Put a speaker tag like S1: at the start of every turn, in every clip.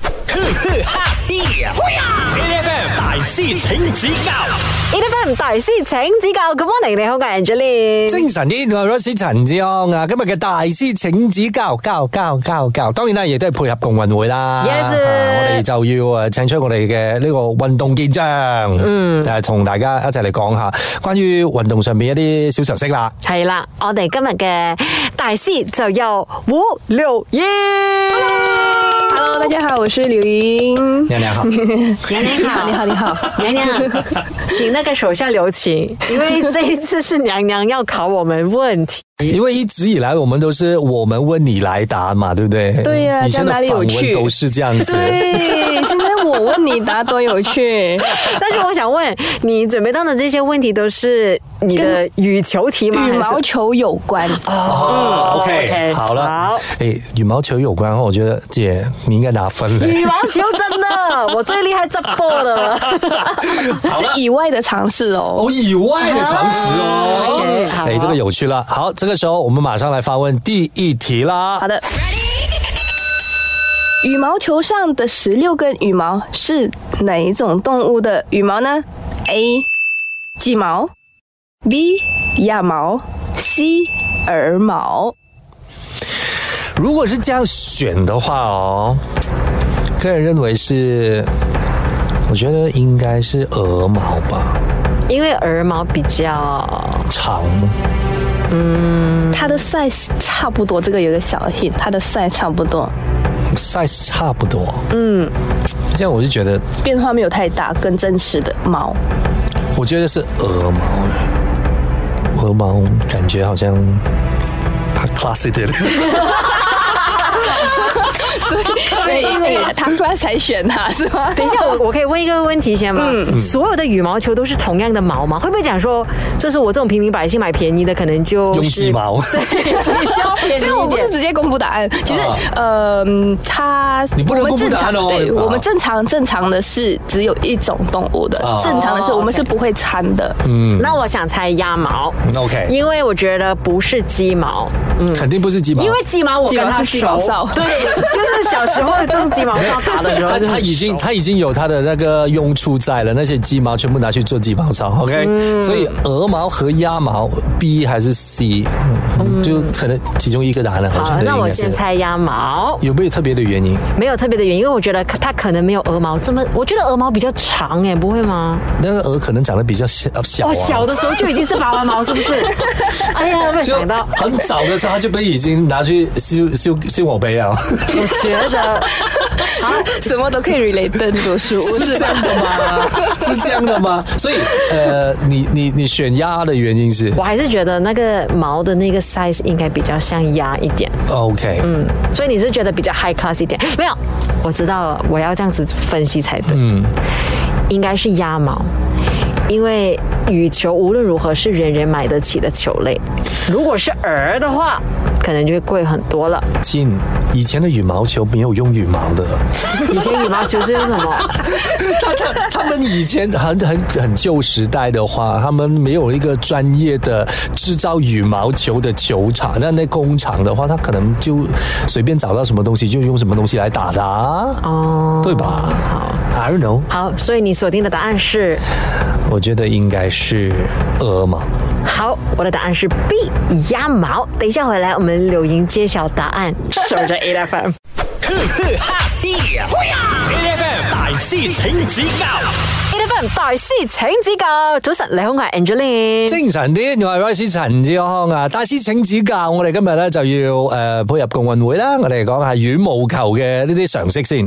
S1: 呵呵哈嘿呀！A F M 大師請指教
S2: ，E F M 大師請指教。Good morning，你好，我係 Angeline。
S3: 精神啲，我係 Rosie 陳志昂啊！今日嘅大師請指教，教教教教，當然啦，亦都係配合共運會啦。
S2: Yes
S3: 我哋就要誒請出我哋嘅呢個運動健將，嗯，誒同大家一齊嚟講下關於運動上面一啲小常識啦。
S2: 係啦，我哋今日嘅大師就有胡柳嫣。
S4: Hello，大家好，我是柳莹。
S3: 娘娘好，
S2: 娘娘好，
S4: 你好，你好。
S2: 娘娘，请那个手下留情，因为这一次是娘娘要考我们问题。
S3: 因為一直以來我們都是我們問你來答嘛，對不對？
S4: 對呀
S3: 以前的
S4: 這樣哪裡有
S3: 訪
S4: 趣
S3: 問都是這樣子。
S4: 对，现在我问你答多有 趣。
S2: 但是我想问，你准备到的这些问题都是你的羽球题吗？
S4: 羽毛
S2: 还是
S4: 球有关，
S3: 哦
S2: OK，
S3: 好了
S2: 好。
S3: 诶，羽毛球有关的话，我觉得姐你应该拿分 嘞。
S2: 羽毛球真的，我最厉害这波了。
S4: 是以外的尝试哦。
S3: 哦，以外的常识哦。
S2: OK，好
S3: 哎，这个有趣了。好，这个时候我们马上来发问第一题啦
S4: 好。的。啊羽毛球上的十六根羽毛是哪一种动物的羽毛呢？A. 鸡毛，B. 鸭毛，C. 耳毛。
S3: 如果是这样选的话哦，个人认为是，我觉得应该是鹅毛吧，
S2: 因为鹅毛比较
S3: 长。
S4: 它的 size 差不多，这个有个小 hint，它的 size 差不多，
S3: size 差不多。嗯，这样我就觉得，
S4: 变化没有太大，跟真实的 毛。
S3: 我觉得是鹅毛哎鹅毛感觉好像它 class 一点。
S4: 所以所以因为他 c l 才选啊 他是吗？
S2: 等一 下，我我可以问一个问题先吗？
S3: 嗯
S2: 所有的羽毛球都是同样的毛吗？会不会讲说，这是我这种平民百姓买便宜的，可能就
S3: 用
S2: 是
S3: 鸡毛
S2: 比较便宜一点
S4: 这个我不是直接公布答案，其实
S3: 啊，
S4: 呃，它
S3: 你不能
S4: 我们
S3: 公布
S4: 正
S3: 答案
S4: 常
S3: 哦
S4: 对
S3: 啊
S4: 我们正常正常的是只有一种动物的
S3: 啊，
S4: 正常的是我们是不会掺的。
S3: 嗯
S2: 那我想猜鸭毛，
S3: OK，
S2: 因为我觉得不是鸡毛，嗯。
S3: 肯定不是鸡毛，
S2: 因为鸡毛我跟它熟，
S4: 鸡毛是鸡毛哨
S2: 对，就是小时候种鸡毛哨打的时候
S3: 他
S2: 就
S3: 他
S2: 很
S3: 已经他已经有他的那个用处在了，那些鸡毛全部拿去做鸡毛膏 o k
S2: 嗯
S3: 所以鹅毛和鸭毛 B 还是 C，、嗯、就可能其中一个答案了。我觉
S2: 好
S3: 得。
S2: 那
S3: 应
S2: 我
S3: 该是
S2: 先猜鸭毛，
S3: 有没有特别的原因？
S2: 没有特别的原因，因为我觉得它可能没有鹅毛这么，我觉得鹅毛比较长哎，不会吗？
S3: 那个鹅可能长得比较小小、啊，
S2: 哦，小的时候就已经是拔完毛，是不 是？哎呀，没有
S3: 就
S2: 想到，
S3: 很早的时候它就被已经拿去修修修我杯啊，
S2: 我觉得
S4: 什么都可以 relate 的读 书，我
S3: 是
S4: 是
S3: 这样的吗？是这样的吗？所以呃，你你你选鸭的原因是
S2: 我还是觉得那个毛的那个 size 应该比较像鸭一点，
S3: OK，
S2: 嗯，所以你是觉得比较 high class 一点？没有，我知道了，我要这样子分析才对，嗯，应该是鸭毛。因为羽球无论如何是人人买得起的球类，如果是鹅的话，可能就会贵很多 了。
S3: 亲、以前的羽毛球没有用羽毛的。
S2: 以前羽毛球是用什么？
S3: 他他他们以前很很很旧时代的话，他们没有一个专业的制造羽毛球的球场，那那工厂的话，他可能就随便找到什么东西就用什么东西来打的、啊，
S2: 哦，
S3: 对吧
S2: 好，
S3: ？I don't know，
S2: 好，所以你锁定的答案是
S3: 我觉得应该是鹅毛。
S2: 好，我的答案是 B 鸭毛。等一下回来，我们柳莹揭晓答 案，守着 A F M。
S1: 呵呵哈嘿呀！A F M 大師請指教
S2: A F M 大師請指教，早晨，你好，我係 Angeline。
S3: 精神啲，我係 Rice 陳志康啊！大師請指教，我哋今日咧就要誒、呃配合共運會啦，我哋講下羽毛球嘅呢啲常識先。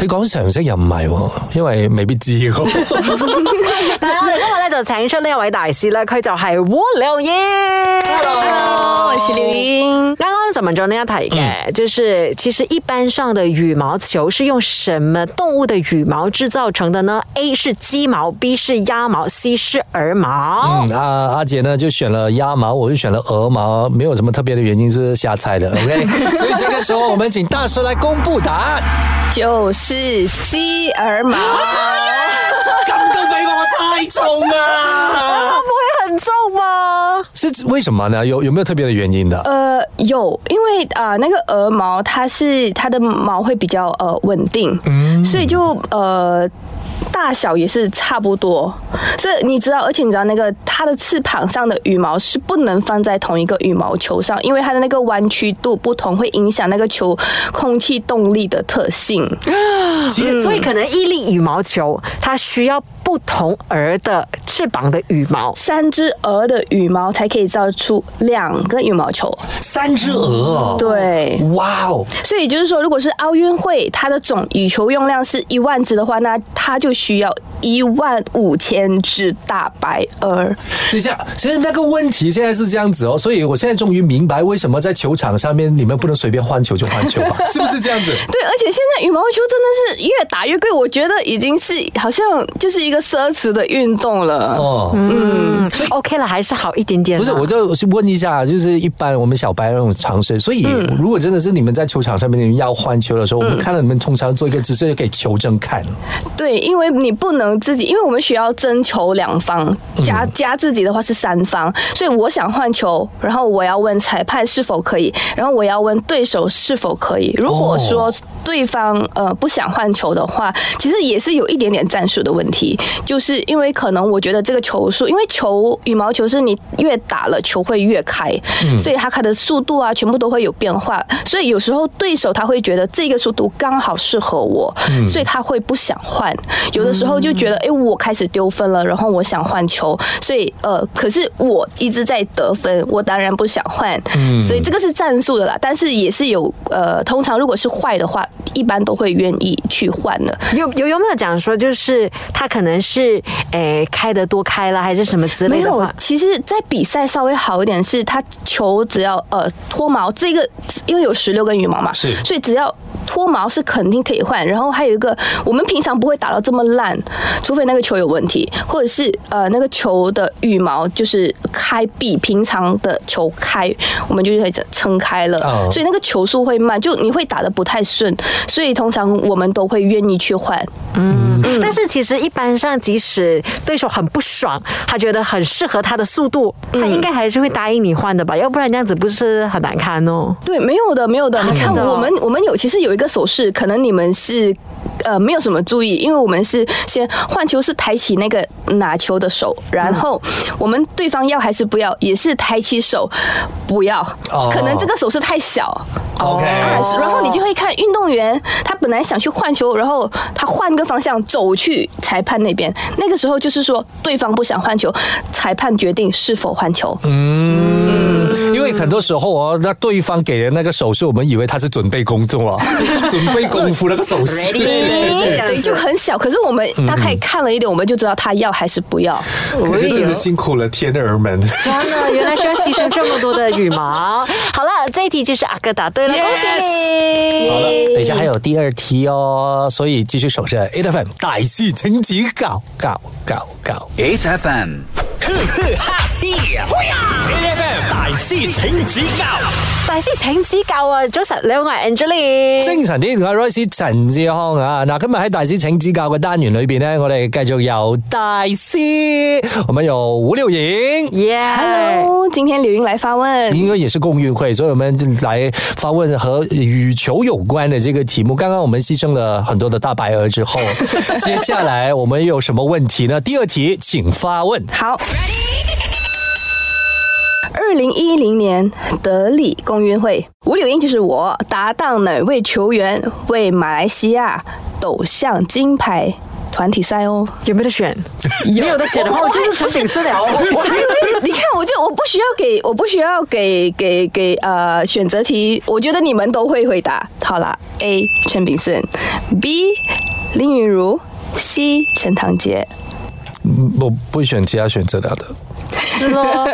S3: 你講常識又唔係喎，因為未必知喎。
S2: 嗱，我哋今日咧就請出呢一位大師咧，佢就係胡柳嫣。
S4: Hello，我是柳莹。
S2: 刚刚怎么着呢？要睇嘅，就是其实一般上的羽毛球是用什么动物的羽毛制造成的呢？A 是鸡毛，B 是鸭毛，C 是鹅毛。
S3: 嗯，阿阿杰呢就选了鸭毛，我就选了鹅毛，没有什么特别的原因，是瞎猜的。OK，所 以这个时候我们请大师来公布答案。
S4: 就是 C 耳 毛。
S3: 咁都俾我猜中啊！
S2: 不会很重吗？
S3: 是为什么呢？有有没有特别的原因的？
S4: 呃，有，因为啊、呃那个鹅毛它是它的毛会比较呃稳定，所以就呃。大小也是差不多，所以你知道，而且你知道那个它的翅膀上的羽毛是不能放在同一个羽毛球上，因为它的那个弯曲度不同，会影响那个球空气动力的特性。
S3: 其实
S2: 所以可能一粒羽毛球它需要不同儿的翅膀的羽毛。
S4: 三只鹅的羽毛才可以造出两个羽毛球。
S3: 三只鹅哦，
S4: 嗯对，
S3: 哇哦，
S4: 所以就是说，如果是奥运会，它的总羽球用量是一万只的话，那它就需要一万五千只大白鹅。
S3: 等一下，其实那个问题现在是这样子哦，所以我现在终于明白为什么在球场上面你们不能随便换球就换球吧，是不是这样 子？
S4: 对，而且现在羽毛球真的是越打越贵，我觉得已经是好像就是一个奢侈的运动了。
S3: 哦，
S2: 嗯，OK 了，还是好一点啊点啦。
S3: 不是，我就去问一下，就是一般我们小白那种常识。所以，
S4: 嗯
S3: 如果真的是你们在球场上面你们要换球的时候，我们看到你们通常做一个姿势给球证看。
S4: 对，因为你不能自己，因为我们需要征求两方，加加自己的话是三方，所以我想换球，然后我要问裁判是否可以，然后我要问对手是否可以。如果说对方呃不想换球的话，其实也是有一点点战术的问题，就是因为可能我觉得这个球速，因为球羽毛球是你越打了球会越开，所以它开的速度啊全部都会有变化，所以有时候对手他会觉得这个速度刚好适合我，所以他会不想换。有的时候就觉得，诶，我开始丢分了，然后我想换球，所以呃，可是我一直在得分，我当然不想换，所以这个是战术的啦。但是也是有呃，通常如果是坏的话，一般都会愿意去换的。
S2: 有有有没有讲说，就是他可能是诶、开的多开了，还是什么之
S4: 没
S2: 类的
S4: 有
S2: 话，？
S4: 其实，在比赛稍微好一点是，他球只要呃脱毛，这个因为有十六根羽毛嘛，
S3: 是
S4: 所以只要脱毛是肯定可以换。然后还有一个，我们平常不会打到这么烂，除非那个球有问题，或者是呃那个球的羽毛就是开比平常的球开，我们就会撑开了，
S2: 啊
S3: 哦
S4: 所以那个球速会慢，就你会打的不太顺，所以通常我们都会愿意去换。
S2: 嗯但是其实一般上，即使对手很不爽，他觉得很适合他的速度，他应该还是会答应你换的吧？要不然这样子不是很难看哦。
S4: 对，没有的，没有的。你看，
S2: 真的哦
S4: 我们我们有其实有一个手势，可能你们是呃没有什么注意，因为我们是先换球是抬起那个拿球的手，然后我们对方要还是不要，也是抬起手不要，
S3: 哦
S4: 可能这个手势太小。
S3: OK
S4: 啊然后你就会看运动员，他本来想去换球，然后他换个方向走去裁判那边，那个时候就是说对方不想换球，裁判决定是否换球。
S3: 嗯因为很多时候哦，那对方给的那个手势，我们以为他是准备工作啊，准备功夫那个手势。
S2: Ready 对这样
S4: 对，
S2: 子
S4: 就很小。可是我们大概看了一点，我们就知道他要还是不要。
S3: 可是真的辛苦了天儿们。
S2: 真的，啊原来是要牺牲这么多的羽毛。好了，这一题就是阿哥答对了，恭喜你！
S3: 好了，等一下还有第二题哦，所以继续守着 A F M 大戏情景搞搞搞搞。
S1: ，H F M，呵呵哈嘿，A F M 大师请指教
S2: 大師請指教啊！早晨，你好，我係 Angeline。
S3: 精神啲，我係 Royce 陳志康啊！嗱，今日喺大師請指教嘅單元裏邊咧，我哋繼續由大師，我們有吳柳瑩。
S2: Yeah，
S4: Hello，今天刘英来发问。
S3: 因为也是共运会，所以我们来发问和羽球有关的这个题目。刚刚我们牺牲了很多的大白鹅 之后，接下来我们有什么问题呢？第二题，请发问。
S4: 好。二零一零年德里公运会，吴柳英就是我搭档哪位球员为马来西亚走向金牌团体赛哦？
S2: 有没有得选？
S4: 有
S2: 有得选的话，我就是陈景顺 了。
S4: 我还以为你看，我就我不需要给，我不需要给给给呃选择题，我觉得你们都会回答。好啦 a 陈炳顺，B 林云如，C 陈唐杰。
S3: 嗯我不选其他选择了的。
S2: 是咯，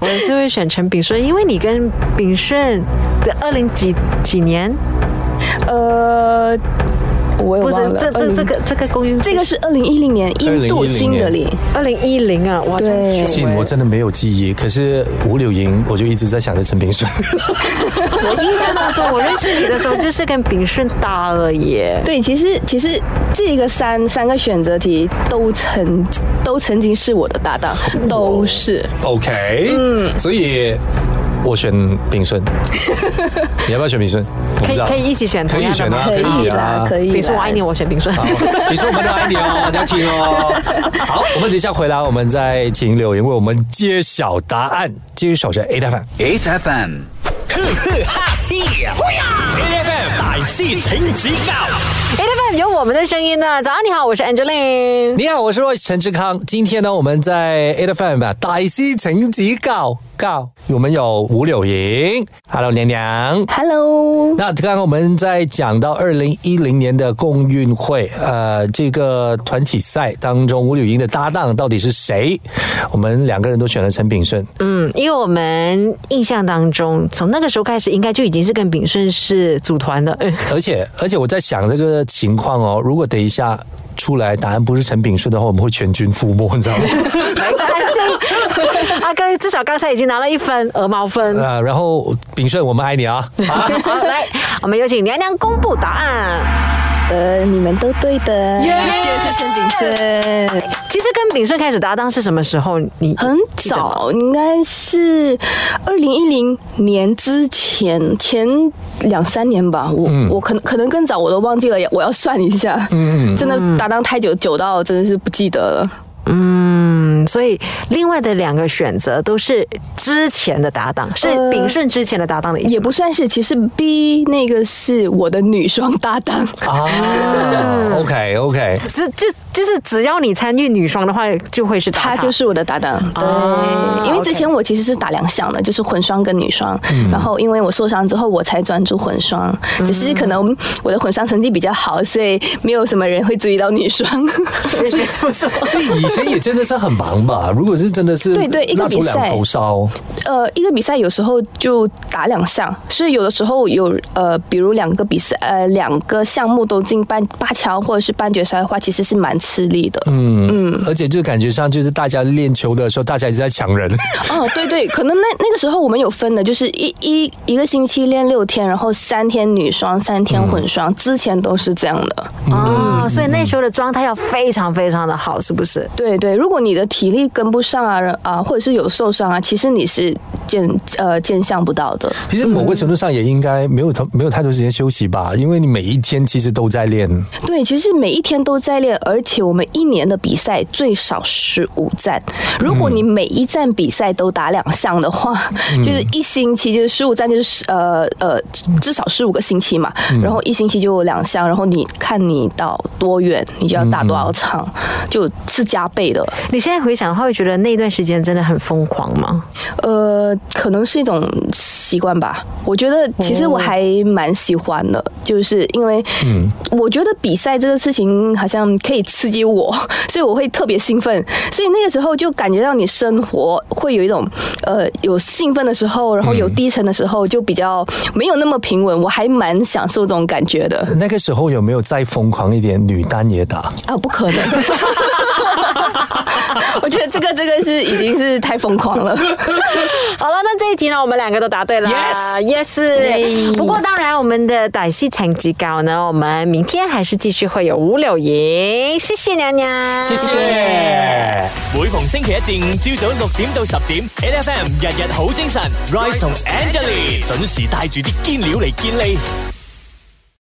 S2: 我也是会选陈炳顺，因为你跟炳顺的二零几几年，
S4: 呃，我也
S2: 不
S4: 忘
S2: 是
S4: 了。
S2: 这这
S4: 20
S2: 这个这个公寓，
S4: 这个是二零一零年印度新的里，
S2: 二零一零啊，哇，
S4: 对
S2: 这样久
S3: 亲，
S2: 哎
S3: 我真的没有记忆。可是吴柳莹，我就一直在想着 陈炳顺。
S2: 我印象当中，我认识你的时候就是跟炳顺搭了耶。
S4: 对，其实其实这个三三个选择题都曾都曾经是我的搭 档，都是
S3: OK，嗯，所以我选 炳顺。你要不要选炳顺？我不
S2: 可以
S3: 知道
S2: 可以一起选
S3: 可
S2: 同
S3: 以
S2: 样的
S3: 选啊，
S2: 吗
S4: 可
S3: 以
S4: 以啦
S3: 啊，，
S4: 可以啦。
S2: 炳顺我爱你，我选炳顺。
S3: 好， 你说我们都爱你哦，你要听哦。好，我们等一下回来，我们再请柳莹为我们揭晓答案。继续守着 A 大饭。
S5: 8 FM.
S1: 呵呵哈嘿呀！A F M 大师请指教
S2: 哎，大有我们的声音呢。早安，你好，我是 Angeline。
S3: 你好，我是 Royce 陈志康。今天呢，我们在 A 的 FM 啊，大师请指教告，我们有吴柳莹，Hello 娘娘。
S4: Hello，
S3: 那刚刚我们在讲到二零一零年的共运会，呃，这个团体赛当中，吴柳莹的搭档到底是谁？我们两个人都选了陈炳顺，
S2: 嗯，因为我们印象当中，从那个时候开始，应该就已经是跟炳顺是组团的。嗯
S3: 而且而且我在想这个情况哦，如果等一下出来答案不是陈炳顺的话，我们会全军覆没，你知道 吗？
S2: 阿哥啊至少刚才已经拿了一分鹅毛分。
S3: 啊、然后炳顺，我们爱你啊！
S2: 好，来，我们有请娘娘公布答案。
S4: 呃，你们都对的就是陈景森。
S2: 其实跟炳顺开始搭档是什么时候？你
S4: 很
S2: 记得吗
S4: 早，应该是二零一零年之前前两三年吧。我、我可能可能更早，我都忘记了，我要算一下。嗯，真的搭档太久，久到真的是不记得了。
S2: 嗯，所以另外的两个选择都是之前的搭档，是
S4: 呃
S2: 炳顺之前的搭档的意思吗。
S4: 也不算是，其实 B 那个是我的女双搭档。
S3: 啊，OK OK，
S2: 是就就是只要你参与女双的话，就会是
S4: 她 就。是我的搭档，对，
S2: 啊
S4: 因为之前我其实是打两项的，就是混双跟女双，然后因为我受伤之后，我才专注混双，只是可能我的混双成绩比较好，所以没有什么人会注意到女双。
S2: 所以这么说，
S3: 所以以前也真的是很忙吧？如果是真的是
S4: 对对一个
S3: 蜡烛
S4: 比
S3: 两
S4: 赛
S3: 头烧，
S4: 呃，一个比赛有时候就打两项，所以有的时候有呃，比如两个比赛呃两个项目都进半八强或者是半决赛的话，其实是蛮吃力的。
S3: 嗯，而且就感觉上就是大家练球的时候，大家一直在抢 人，
S4: 哦，对对，可能那那个时候我们有分的，就是一一一个星期练六天，然后三天女双，三天混双，之前都是这样的。
S3: 嗯
S2: 哦，所以那时候的状态要非常非常的好，是不是？
S4: 对对，如果你的体力跟不上啊人啊，或者是有受伤啊，其实你是见呃见象不到的。
S3: 其实某个程度上也应该没有没有太多时间休息吧，因为你每一天其实都在练。
S4: 对，其实每一天都在练，而且我们一年的比赛最少十五站。如果你每一站比赛都打两项的话， 就是一星期就是十五站，就是呃呃至少十五个星期嘛。然后一星期就有两项，然后你看你到多远，你就要打多少场，就是加倍的。
S2: 你现在回想的话，会觉得那段时间真的很疯狂吗？
S4: 呃，可能是一种习惯吧。我觉得其实我还蛮喜欢的，就是因为，我觉得比赛这个事情好像可以刺激我， 所以我会特别兴奋。所以那个时候就感觉到你生活会有一种呃有兴奋的时候，然后有低沉的时候，就比较没有那么平稳。我还蛮享受这种感觉的
S3: 那个时候有没有再疯狂一点，女单也打？
S4: 啊，不可能。 我觉得这个这个是已经是太疯狂了。
S2: 好了，那这一题呢，我们两个都答对了啊
S3: Yes
S2: yes。
S4: Yay
S2: 不过当然，我们的歹戏成绩高呢，我们明天还是继续会有吴柳莹，谢谢娘娘，
S3: 谢谢。
S1: 每逢星期一至五朝早六点到十点，A F M 日日好精神，Rise 同 Angelie 准时带住啲坚料嚟健利。